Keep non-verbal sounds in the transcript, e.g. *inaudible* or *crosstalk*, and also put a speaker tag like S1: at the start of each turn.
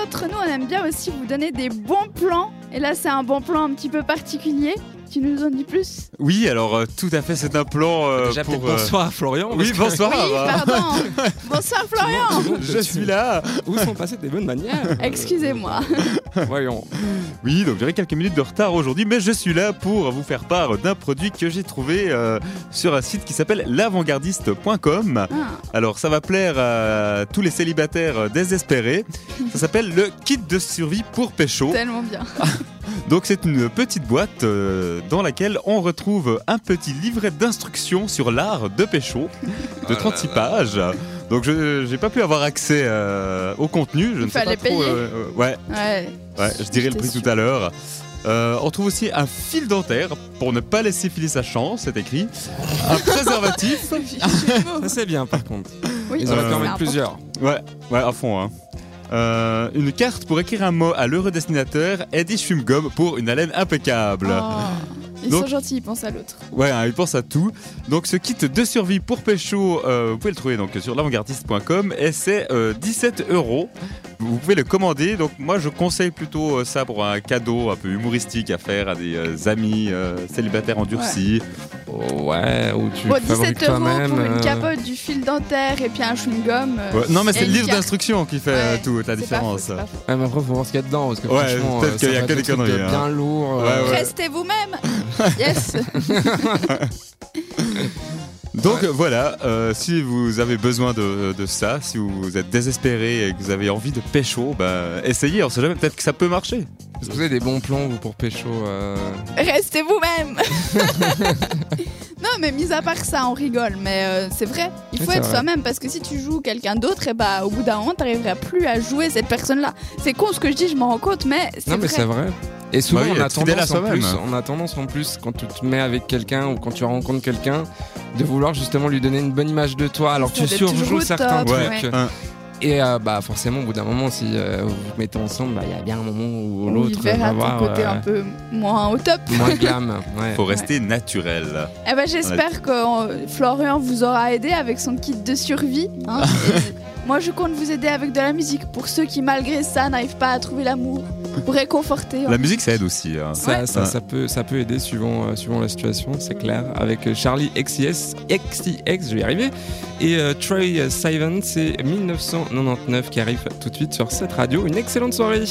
S1: entre nous, on aime bien aussi vous donner des bons plans. Et là, c'est un bon plan un petit peu particulier. Tu nous en dis plus
S2: Oui, alors euh, tout à fait, c'est un plan euh,
S3: Déjà,
S2: pour.
S3: peut-être
S2: euh,
S3: bonsoir à Florian.
S2: Oui,
S3: parce
S2: bonsoir.
S1: Oui,
S2: bah. *laughs*
S1: pardon. Bonsoir Florian.
S3: que-
S2: Je suis là.
S3: Où sont passées tes bonnes manières
S1: *laughs* Excusez-moi.
S3: Voyons.
S2: Oui, donc j'aurai quelques minutes de retard aujourd'hui, mais je suis là pour vous faire part d'un produit que j'ai trouvé euh, sur un site qui s'appelle l'avantgardiste.com.
S1: Ah,
S2: Alors ça va plaire à tous les célibataires euh, désespérés. Ça s'appelle le kit de survie pour
S1: *laughs*
S2: pécho.
S1: tellement bien.
S2: Donc c'est une petite boîte euh, dans laquelle on retrouve un petit livret d'instructions sur l'art de
S3: *laughs*
S2: pécho
S3: Ah
S2: de
S3: là
S2: 36
S3: là.
S2: pages. Donc je j'ai pas pu avoir accès euh, au contenu. Je ne sais
S1: fallait
S2: pas trop.
S1: payer.
S2: euh, euh, ouais,
S1: Ouais.
S2: ouais, je dirais le prix tout à l'heure. Euh, on trouve aussi un fil dentaire pour ne pas laisser filer sa chance, c'est écrit.
S1: *laughs*
S2: Un préservatif.
S3: Ça, c'est bien, par contre.
S1: Oui,
S3: Ils
S1: c'est
S3: auraient pu en
S2: Euh,
S3: mettre
S1: important.
S3: plusieurs.
S2: Ouais, ouais, à fond. hein. Euh, une carte pour écrire un mot à l'heureux destinataire et des chewing-gums pour une haleine impeccable.
S1: Oh, Ils
S2: Donc-
S1: sont gentils, ils pensent à l'autre.
S2: Ouais, hein, il pense à tout. Donc ce kit de survie pour Pécho, euh, vous pouvez le trouver donc sur l'avantgardiste.com et c'est euh, 17 euros. Vous pouvez le commander. Donc moi je conseille plutôt euh, ça pour un cadeau un peu humoristique à faire à des euh, amis euh, célibataires endurcis.
S3: Ouais, ou tu
S1: Bon,
S3: le favorises
S1: 17 euros
S3: toi-même,
S1: pour
S3: euh,
S1: une capote, du fil dentaire et puis un chewing-gum. euh,
S2: Ouais, Non mais c'est
S1: et
S2: le
S1: une
S2: livre
S1: carte.
S2: d'instruction qui fait euh,
S1: Ouais,
S2: toute la
S1: c'est pas faux,
S2: différence.
S1: c'est pas faux.
S3: Ouais, mais après, faut voir ce qu'il y a dedans. Parce que
S2: Ouais,
S3: franchement,
S2: peut-être
S3: euh,
S2: qu'il y a
S3: ça
S2: que
S3: va
S2: des
S3: être trucs
S2: conneries,
S3: de
S2: hein.
S3: bien lourd. euh.
S2: Ouais, ouais.
S1: Restez
S2: *laughs*
S1: vous-même. Yes.
S2: Donc
S3: Ouais.
S2: voilà, euh, si vous avez besoin de, de ça, si vous êtes désespéré et que vous avez envie de pécho, bah, essayez, on sait jamais, peut-être que ça peut marcher.
S3: Est-ce que vous avez des bons plans, vous, pour pécho euh,
S1: Restez vous-même. *laughs* non, mais mis à part ça, on rigole. Mais euh, c'est vrai, il
S3: Oui,
S1: faut
S3: c'est
S1: être
S3: vrai.
S1: soi-même parce que si tu joues quelqu'un d'autre, et bah au bout d'un moment, t'arriveras plus à jouer cette personne-là. C'est con ce que je dis, je m'en rends compte, mais c'est
S3: Non, mais
S1: vrai.
S3: c'est vrai. Et souvent,
S2: Bah oui,
S3: on, a
S2: être fidèle à
S3: tendance en
S2: soi-même.
S3: plus, on a tendance en plus, quand tu te mets avec quelqu'un ou quand tu rencontres quelqu'un, de vouloir justement lui donner une bonne image de toi. Alors,
S1: Ça
S3: tu
S1: doit être toujours
S3: surjoues
S1: au
S3: certains
S1: top,
S3: trucs.
S1: ouais.
S2: Hein.
S3: Et euh, bah forcément, au bout d'un moment, si euh, vous vous mettez ensemble, bah, il y a bien un moment où
S1: Oui,
S3: l'autre
S1: il verra
S3: va
S1: ton
S3: avoir
S1: côté
S3: euh,
S1: un peu moins au top.
S3: moins glam. Ouais.
S2: Faut rester naturel.
S1: Eh ben, j'espère que euh, Florian vous aura aidé avec son kit de survie.
S3: *laughs*
S1: hein. Et Moi, je compte vous aider avec de la musique pour ceux qui, malgré ça, n'arrivent pas à trouver l'amour, pour réconforter.
S2: La musique ça aide aussi. hein.
S3: Ça,
S1: Ouais.
S3: ça,
S2: Ouais.
S3: ça peut, ça peut aider suivant, euh, suivant la situation, c'est clair. Avec euh, Charlie XCX, XTX, je vais y arriver, et euh, Troy Sivan, c'est 1999 qui arrive tout de suite sur cette radio. Une excellente soirée.